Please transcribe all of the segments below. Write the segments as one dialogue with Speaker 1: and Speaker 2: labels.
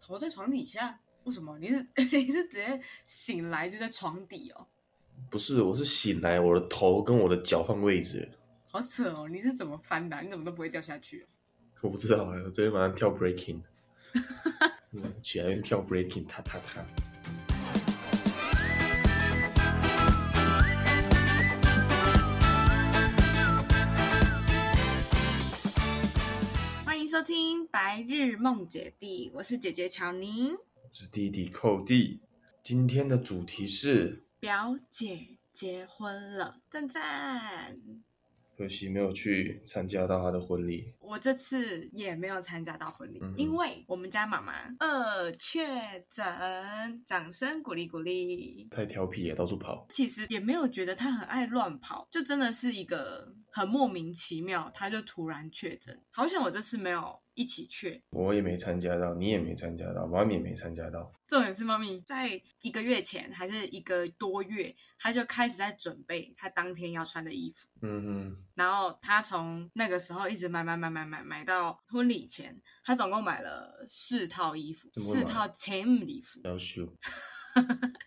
Speaker 1: 头在床底下？为什么？你是 你是直接醒来就在床底哦？
Speaker 2: 不是，我是醒来，我的头跟我的脚换位置，
Speaker 1: 好扯哦！你是怎么翻的啊、你怎么都不会掉下去哦、
Speaker 2: 我不知道哎，我昨天晚上跳 breaking，嗯起来跳 breaking，踏踏踏。
Speaker 1: 欢迎收听《白日梦姐弟》，我是姐姐乔宁，
Speaker 2: 我是弟弟寇弟，今天的主题是
Speaker 1: 表姐结婚了，赞赞！
Speaker 2: 可惜没有去参加到他的婚礼，
Speaker 1: 我这次也没有参加到婚礼，
Speaker 2: 嗯哼
Speaker 1: 因为我们家妈妈二确诊，掌声鼓励鼓励。
Speaker 2: 太调皮了，到处跑。
Speaker 1: 其实也没有觉得她很爱乱跑，就真的是一个很莫名其妙，她就突然确诊。好险我这次没有一起确，
Speaker 2: 我也没参加到，你也没参加到，妈咪也没参加到。
Speaker 1: 重点是，妈咪在一个月前还是一个多月，她就开始在准备她当天要穿的衣服。
Speaker 2: 嗯哼，
Speaker 1: 然后她从那个时候一直买买买买买买到婚礼前，她总共买了四套衣服，
Speaker 2: 怎么会
Speaker 1: 四
Speaker 2: 买
Speaker 1: 套前母礼服，
Speaker 2: 要修。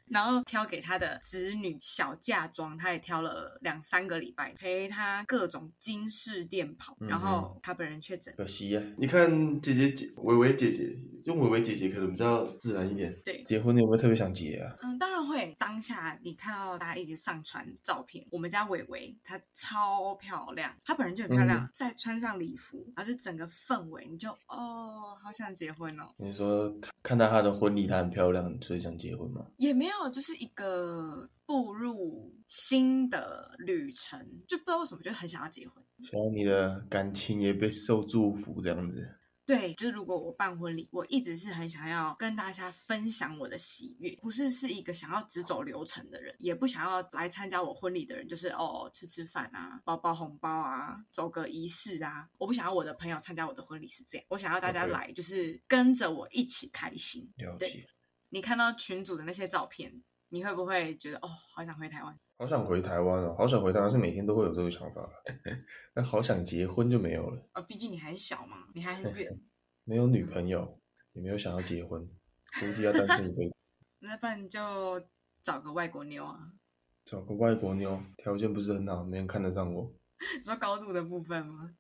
Speaker 1: 然后挑给她的子女小嫁妆，她也挑了两三个礼拜，陪她各种金饰店跑。然后她本人确诊，
Speaker 2: 可惜呀、你看姐姐姐伟伟姐姐，用伟伟姐姐可能比较自然一点。
Speaker 1: 对。
Speaker 2: 结婚你有没有特别想结啊？
Speaker 1: 嗯，当然会。当下你看到大家一直上传照片，我们家伟伟她超漂亮，她本人就很漂亮，再穿上礼服，然后就整个氛围，你就哦，好想结婚哦。
Speaker 2: 你说看到她的婚礼，她很漂亮，所以想结婚吗？
Speaker 1: 也没有，就是一个步入新的旅程，就不知道为什么就很想要结婚。
Speaker 2: 想要你的感情也被受祝福这样子。
Speaker 1: 对，就是如果我办婚礼，我一直是很想要跟大家分享我的喜悦，不是是一个想要只走流程的人，也不想要来参加我婚礼的人，就是哦吃吃饭啊，包包红包啊，走个仪式啊，我不想要我的朋友参加我的婚礼是这样，我想要大家
Speaker 2: OK
Speaker 1: 来就是跟着我一起开心。
Speaker 2: 了
Speaker 1: 对
Speaker 2: 解，
Speaker 1: 你看到群主的那些照片，你会不会觉得哦好想回台湾？
Speaker 2: 好想回台湾哦，好想回台湾，是每天都会有这个想法。 那好想结婚就没有了，
Speaker 1: 啊、毕竟你还小嘛，你还很远，
Speaker 2: 没有女朋友，也没有想要结婚，估计要单身一辈子。
Speaker 1: 那不然你就找个外国妞啊。
Speaker 2: 找个外国妞，条件不是很好，没人看得上我，
Speaker 1: 你说高度的部分吗？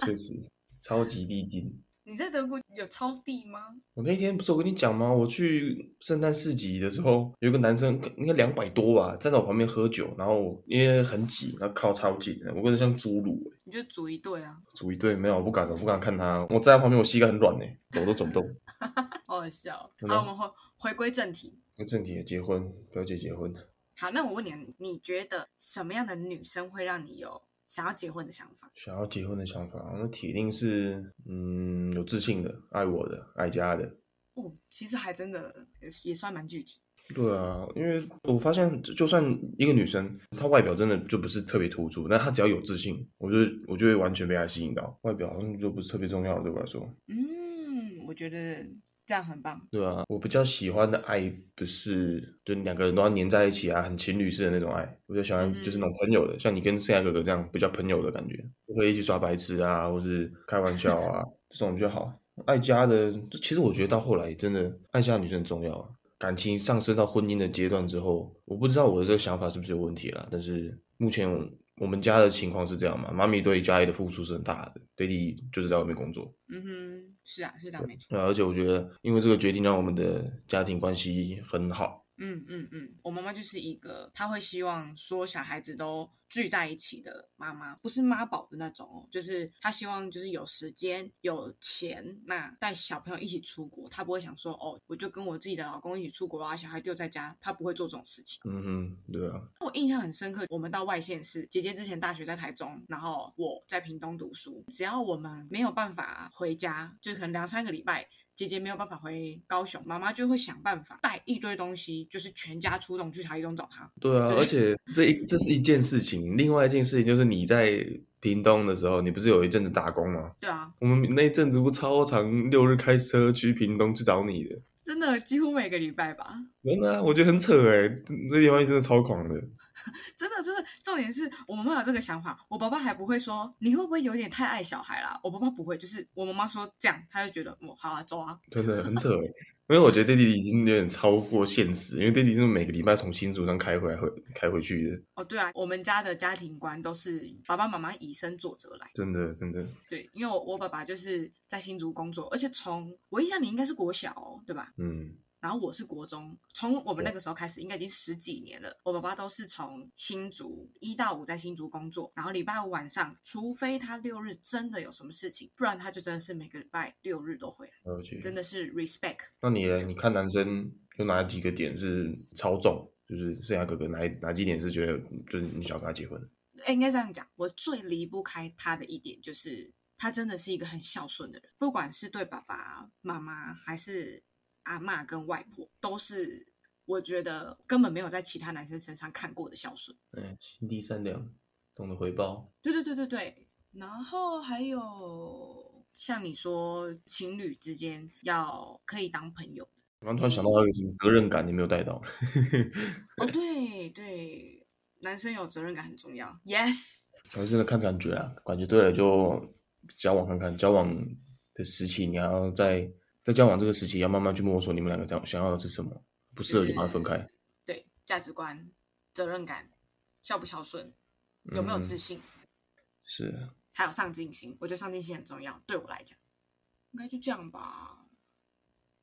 Speaker 2: 确实超级历经。
Speaker 1: 你在德国有超地吗？
Speaker 2: 我那天不是我跟你讲吗？我去圣诞市集的时候，有一个男生应该两百多吧，站在我旁边喝酒，然后我因为很挤，然后靠超近的，我跟人像侏儒、欸，
Speaker 1: 你就组一队啊，
Speaker 2: 组一队没有，我不敢，我不敢看他，我站在旁边，我膝盖很软呢、欸，走都走不动。
Speaker 1: 好好笑。哦
Speaker 2: 真的
Speaker 1: 好，我们回回归正题。
Speaker 2: 那正题结婚，表姐结婚，
Speaker 1: 好，那我问你，啊你觉得什么样的女生会让你有想要结婚的想法？
Speaker 2: 想要结婚的想法，那铁定是嗯有自信的，爱我的，爱家的，
Speaker 1: 哦，其实还真的也也算蛮具体。
Speaker 2: 对啊，因为我发现，就就算一个女生，她外表真的就不是特别突出，但她只要有自信，我就我就会完全被她吸引到。外表好像就不是特别重要了，对我来说。
Speaker 1: 嗯，我觉得这样很棒。
Speaker 2: 对啊，我比较喜欢的爱不是就两个人都要黏在一起啊，很情侣式的那种爱，我就喜欢就是那种朋友的，像你跟圣亚哥哥这样比较朋友的感觉，就可以一起耍白痴啊，或是开玩笑啊，这种就好。爱家的，就其实我觉得到后来真的爱家的女生很重要啊。感情上升到婚姻的阶段之后，我不知道我的这个想法是不是有问题啦，但是目前我我们家的情况是这样嘛，妈咪对家里的付出是很大的，弟弟就是在外面工作，
Speaker 1: 嗯哼，是啊，是的，没错。
Speaker 2: 对啊，而且我觉得，因为这个决定让我们的家庭关系很好。
Speaker 1: 嗯嗯嗯，我妈妈就是一个，她会希望说小孩子都聚在一起的妈妈，不是妈宝的那种哦，就是她希望就是有时间有钱，那带小朋友一起出国，她不会想说哦，我就跟我自己的老公一起出国啊，小孩丢在家，她不会做这种事情。
Speaker 2: 嗯哼，对啊，
Speaker 1: 我印象很深刻，我们到外县市，姐姐之前大学在台中，然后我在屏东读书。只要我们没有办法回家，就是可能两三个礼拜，姐姐没有办法回高雄，妈妈就会想办法带一堆东西，就是全家出动去台中找她。
Speaker 2: 对啊，
Speaker 1: 对
Speaker 2: 而且这一这是一件事情，另外一件事情就是你在屏东的时候，你不是有一阵子打工吗？
Speaker 1: 对啊，
Speaker 2: 我们那一阵子不超常六日开车去屏东去找你的，
Speaker 1: 真的几乎每个礼拜吧。
Speaker 2: 真的啊、我觉得很扯哎、这地方真的超狂的。
Speaker 1: 真的就是重点是我妈妈有这个想法，我爸爸还不会说你会不会有点太哦爱小孩啦。我爸爸不会，就是我妈妈说这样，他就觉得我好啊，走啊。
Speaker 2: 真的很扯欸因为我觉得 Daddy 已经有点超过现实，因为 Daddy 是每个礼拜从新竹上开回来回开回去的，
Speaker 1: 哦，对啊，我们家的家庭观都是爸爸妈妈以身作则来。
Speaker 2: 真的真的。
Speaker 1: 对，因为我我爸爸就是在新竹工作，而且从我印象里应该是国小、哦，对吧？
Speaker 2: 嗯，
Speaker 1: 然后我是国中，从我们
Speaker 2: 对
Speaker 1: 那个时候开始，应该已经十几年了。我爸爸都是从新竹一到五在新竹工作，然后礼拜五晚上，除非他六日真的有什么事情，不然他就真的是每个礼拜六日都回来，
Speaker 2: 了解。
Speaker 1: 真的是 respect。
Speaker 2: 那你呢？你看男生有哪几个点是超重？就是剩下哥哥哪一哪几点是觉得就是你想要跟他结婚？
Speaker 1: 哎，应该这样讲，我最离不开他的一点就是，他真的是一个很孝顺的人，不管是对爸爸妈妈还是阿嬷跟外婆，都是我觉得根本没有在其他男生身上看过的孝顺。
Speaker 2: 嗯，心地善良，懂得回报。
Speaker 1: 对对对对对，然后还有像你说情侣之间要可以当朋友
Speaker 2: 我刚突然想到还有一个什么责任感，你没有带到。
Speaker 1: 哦，对对，男生有责任感很重要。Yes，
Speaker 2: 还是真的看感觉啊，感觉对了就交往看看。交往的时期，你还要在在交往这个时期，要慢慢去摸索你们两个想想要的是什么，不适合就把它分开。
Speaker 1: 对，价值观、责任感、孝不孝顺，有没有自
Speaker 2: 嗯
Speaker 1: 信？
Speaker 2: 是
Speaker 1: 还有上进心，我觉得上进心很重要。对我来讲，应该就这样吧。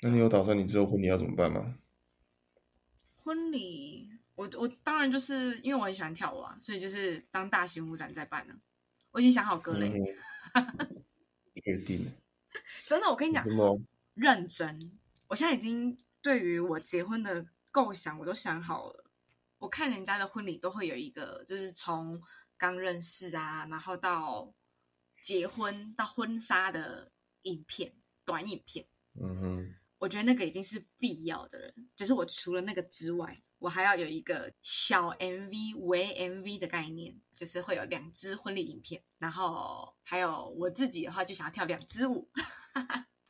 Speaker 2: 那你有打算你之后婚礼要怎么办吗？
Speaker 1: 婚礼，我我当然就是因为我很喜欢跳舞啊，所以就是当大型舞展在办呢、我已经想好歌了欸、
Speaker 2: 嗯， 确定。
Speaker 1: 真的，我跟你讲
Speaker 2: 这，么
Speaker 1: 认真。我现在已经对于我结婚的构想我都想好了。我看人家的婚礼都会有一个，就是从刚认识啊，然后到结婚到婚纱的影片、短影片。
Speaker 2: 嗯哼，
Speaker 1: 我觉得那个已经是必要的了。只是我除了那个之外，我还要有一个小 MV、微 MV 的概念，就是会有两支婚礼影片，然后还有我自己的话就想要跳两支舞。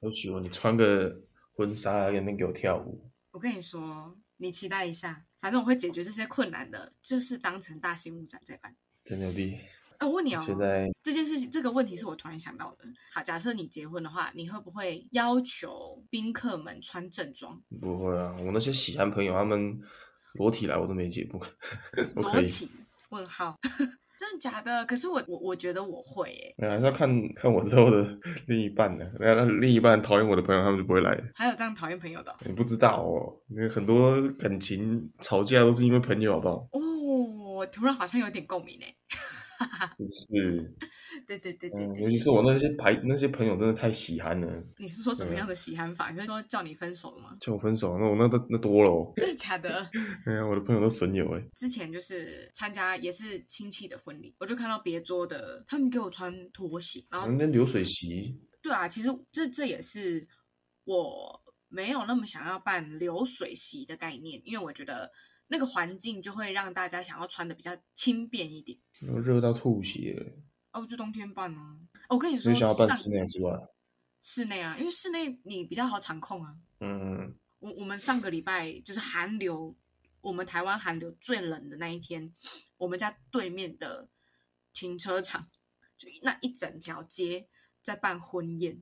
Speaker 2: 要求哦你穿个婚纱在那边给我跳舞，
Speaker 1: 我跟你说，你期待一下，反正我会解决这些困难的，就是当成大型舞展在办。
Speaker 2: 真牛逼！
Speaker 1: 哎、我问你哦，
Speaker 2: 现在
Speaker 1: 这件事情这个问题是我突然想到的。好，假设你结婚的话，你会不会要求宾客们穿正装、
Speaker 2: 不会啊，我那些喜欢朋友他们裸体来我都没解不， 我可
Speaker 1: 裸
Speaker 2: 以。
Speaker 1: 体？问号， 真的假的？可是我我我觉得我会耶。
Speaker 2: 那还是要看看我之后的另一半呢。那那另一半讨厌我的朋友，他们就不会来。
Speaker 1: 还有这样讨厌朋友的
Speaker 2: 你不知道哦，因为很多感情吵架都是因为朋友，好不好？
Speaker 1: 哦，我突然好像有点共鸣哎。
Speaker 2: 是，
Speaker 1: 对对对对
Speaker 2: 嗯，
Speaker 1: 对，
Speaker 2: 尤其是我那些排那些朋友真的太喜憨了，
Speaker 1: 你是说什么样的喜欢法？你是说叫你分手了吗？
Speaker 2: 叫我分手，那我那那那多了哦。
Speaker 1: 真的假的？
Speaker 2: 哎呀，我的朋友都损友哎，
Speaker 1: 之前就是参加也是亲戚的婚礼，我就看到别桌的他们给我穿拖鞋，然后
Speaker 2: 人家流水席，
Speaker 1: 对啊，其实这这也是我没有那么想要办流水席的概念，因为我觉得那个环境就会让大家想要穿的比较轻便一点。
Speaker 2: 热到吐血了。
Speaker 1: 哦，就冬天办啊！哦我跟你说，
Speaker 2: 所以想要办
Speaker 1: 上
Speaker 2: 室内之外，
Speaker 1: 室内啊，因为室内你比较好场控啊。
Speaker 2: 嗯，
Speaker 1: 我我们上个礼拜就是寒流，我们台湾寒流最冷的那一天，我们家对面的停车场就那一整条街在办婚宴，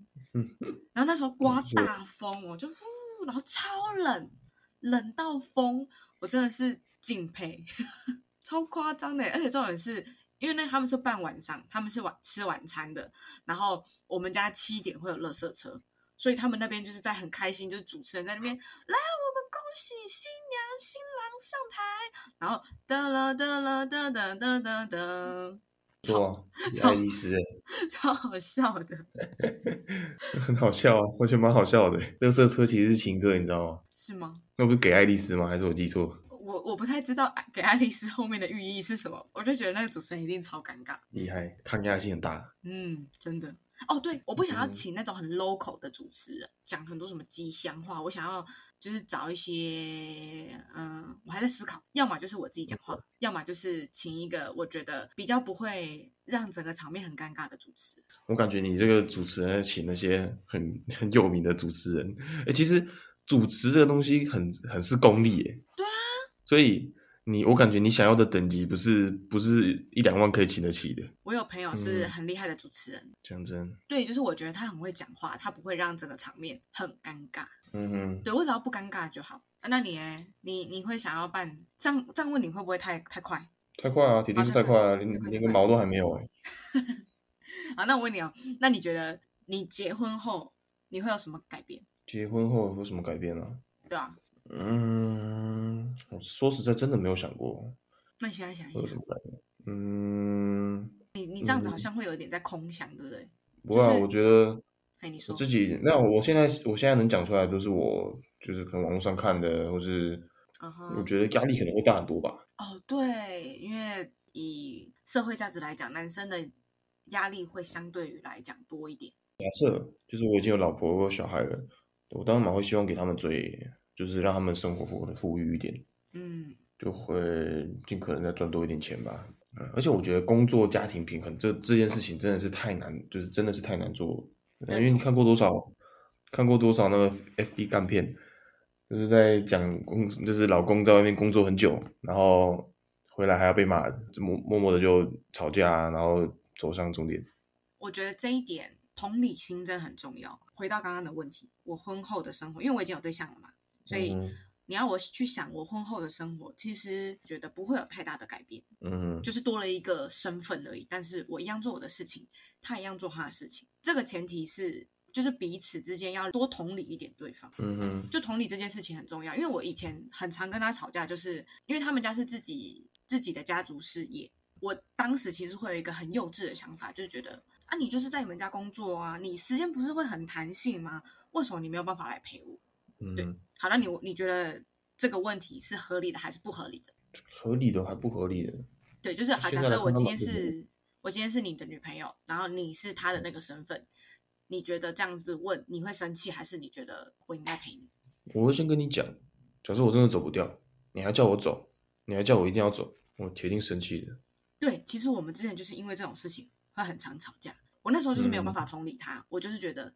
Speaker 1: 然后那时候刮
Speaker 2: 没错
Speaker 1: 大风，哦我就呼，然后超冷，冷到疯，我真的是敬佩， 超夸张的。欸而且重点是因为那他们是办晚上，他们是晚吃晚餐的，然后我们家七点会有垃圾车，所以他们那边就是在很开心，就是主持人在那边来，我们恭喜新娘新郎上台，然后哒啦哒啦哒哒哒哒哒，
Speaker 2: 做
Speaker 1: 操
Speaker 2: 爱丽丝欸，
Speaker 1: 超好笑的，
Speaker 2: 很好笑啊，我觉得蛮好笑的。乐色车其实是情歌，你知道吗？
Speaker 1: 是吗？
Speaker 2: 那不是给爱丽丝吗？还是我记错？
Speaker 1: 我我不太知道给爱丽丝后面的寓意是什么，我就觉得那个主持人一定超尴尬。
Speaker 2: 厉害，抗压性很大。
Speaker 1: 嗯，真的。哦，对，我不想要
Speaker 2: 嗯
Speaker 1: 请那种很 local 的主持人，讲很多什么吉祥话。我想要就是找一些，嗯，我还在思考，要么就是我自己讲话，要么就是请一个我觉得比较不会让整个场面很尴尬的主持人。
Speaker 2: 我感觉你这个主持人请那些很很有名的主持欸人，哎、其实主持这个东西很很是功力耶。
Speaker 1: 对
Speaker 2: 啊。所以你我感觉你想要的等级不是不是一两万可以请得起的。
Speaker 1: 我有朋友是
Speaker 2: 嗯
Speaker 1: 很厉害的主持人，
Speaker 2: 讲真，
Speaker 1: 对，就是我觉得他很会讲话，他不会让整个场面很尴尬。
Speaker 2: 嗯哼，
Speaker 1: 对我只要不尴尬就好。啊那你呢？你你会想要办这样这样问你会不会太太快？
Speaker 2: 太快啊，铁定是太快啊，连连个毛都还没有哎、
Speaker 1: 啊，那我问你哦，那你觉得你结婚后你会有什么改变？
Speaker 2: 结婚后有什么改变啊？
Speaker 1: 对啊，
Speaker 2: 嗯，我说实在真的没有想过
Speaker 1: 那你现在想一
Speaker 2: 会有什
Speaker 1: 想
Speaker 2: 么，改变。嗯，
Speaker 1: 你你这样子好像会有点在空想，对不对？
Speaker 2: 不过、啊、
Speaker 1: 就是
Speaker 2: 我觉得
Speaker 1: 哎，你说
Speaker 2: 我，自己，那我现在我现在能讲出来，都是我就是可能网络上看的，或是
Speaker 1: 嗯哼、
Speaker 2: 我觉得压力可能会大很多吧。
Speaker 1: 哦，对，因为以社会价值来讲，男生的压力会相对于来讲多一点。
Speaker 2: 假设就是我已经有老婆，我有小孩了，我当然蛮会希望给他们最，就是让他们生活过得富裕一点，
Speaker 1: 嗯，
Speaker 2: 就会尽可能再赚多一点钱吧。嗯，而且我觉得工作家庭平衡这这件事情真的是太难，就是真的是太难做了。
Speaker 1: 认
Speaker 2: 因为你看过多少，看过多少那个 FB 干片，就是在讲工，就是老公在外面工作很久，然后回来还要被骂，默默默的就吵架啊，然后走上终点。
Speaker 1: 我觉得这一点同理心真的很重要。回到刚刚的问题，我婚后的生活，因为我已经有对象了嘛，所以
Speaker 2: 嗯
Speaker 1: 你要我去想我婚后的生活，其实觉得不会有太大的改变，
Speaker 2: 嗯
Speaker 1: 就是多了一个身份而已。但是我一样做我的事情，他一样做他的事情。这个前提是，就是彼此之间要多同理一点对方。
Speaker 2: 嗯哼
Speaker 1: 就同理这件事情很重要，因为我以前很常跟他吵架，就是因为他们家是自己自己的家族事业，我当时其实会有一个很幼稚的想法，就是觉得啊，你就是在你们家工作啊，你时间不是会很弹性吗？为什么你没有办法来陪我？
Speaker 2: 嗯
Speaker 1: 对
Speaker 2: 哼，
Speaker 1: 好，那你你觉得这个问题是合理的还是不合理的？
Speaker 2: 合理的还不合理的，
Speaker 1: 对，就是好，假
Speaker 2: 现在来
Speaker 1: 设我
Speaker 2: 看
Speaker 1: 今
Speaker 2: 他
Speaker 1: 天
Speaker 2: 们就是
Speaker 1: 是，我今天是你的女朋友，然后你是她的那个身份，你觉得这样子问你会生气，还是你觉得我应该陪你？
Speaker 2: 我会先跟你讲，假设我真的走不掉，你还叫我走，你还叫我一定要走，我铁定生气的。
Speaker 1: 对，其实我们之前就是因为这种事情会很常吵架。我那时候就是没有办
Speaker 2: 嗯
Speaker 1: 法同理他，我就是觉得，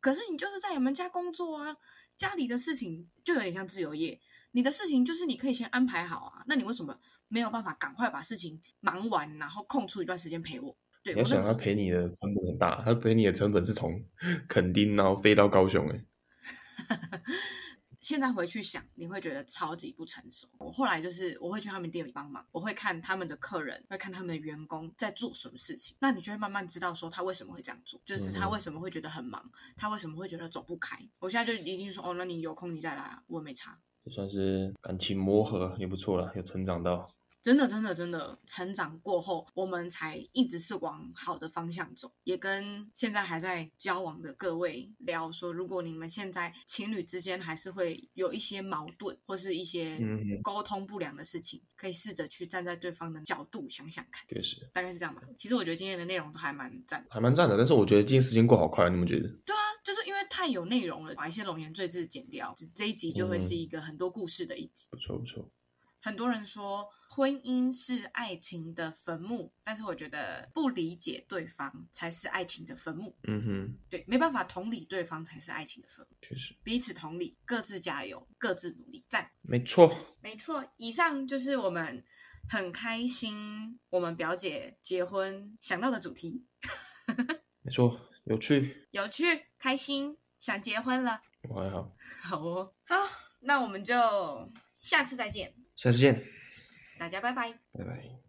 Speaker 1: 可是你就是在我们家工作啊，家里的事情就有点像自由业，你的事情就是你可以先安排好啊，那你为什么没有办法赶快把事情忙完，然后空出一段时间陪我？对
Speaker 2: 你
Speaker 1: 我
Speaker 2: 要
Speaker 1: 那
Speaker 2: 想，
Speaker 1: 个时
Speaker 2: 他赔你的成本很大，他赔你的成本是从垦丁然后飞到高雄、欸，
Speaker 1: 现在回去想，你会觉得超级不成熟。我后来就是我会去他们店里帮忙，我会看他们的客人，会看他们的员工在做什么事情。那你就会慢慢知道说他为什么会这样做，就是他
Speaker 2: 嗯
Speaker 1: 为什么会觉得很忙，他为什么会觉得走不开。我现在就一定说哦，那你有空你再来啊，我也没差。
Speaker 2: 这算是感情磨合也不错啦，有成长到。
Speaker 1: 真的，真的，真的，成长过后，我们才一直是往好的方向走。也跟现在还在交往的各位聊说，如果你们现在情侣之间还是会有一些矛盾或是一些
Speaker 2: 嗯哼
Speaker 1: 沟通不良的事情，可以试着去站在对方的角度想想看，
Speaker 2: 确实
Speaker 1: 大概是这样吧。其实我觉得今天的内容都还蛮赞的，
Speaker 2: 还蛮赞的，但是我觉得今天时间过好快，你们觉得？
Speaker 1: 对啊，就是因为太有内容了，把一些龙颜赘字剪掉，这一集就
Speaker 2: 嗯
Speaker 1: 会是一个很多故事的一集。
Speaker 2: 不错不错，
Speaker 1: 很多人说婚姻是爱情的坟墓，但是我觉得不理解对方才是爱情的坟墓。
Speaker 2: 嗯哼，
Speaker 1: 对，没办法同理对方才是爱情的坟墓。
Speaker 2: 确实
Speaker 1: 彼此同理，各自加油，各自努力，赞。
Speaker 2: 没错。
Speaker 1: 没错，以上就是我们很开心我们表姐结婚想到的主题，
Speaker 2: 没错，有趣，
Speaker 1: 有趣、开心，想结婚了，
Speaker 2: 我还好，
Speaker 1: 好哦，好，那我们就下次再见，
Speaker 2: 下次见，
Speaker 1: 大家拜拜。
Speaker 2: 拜拜。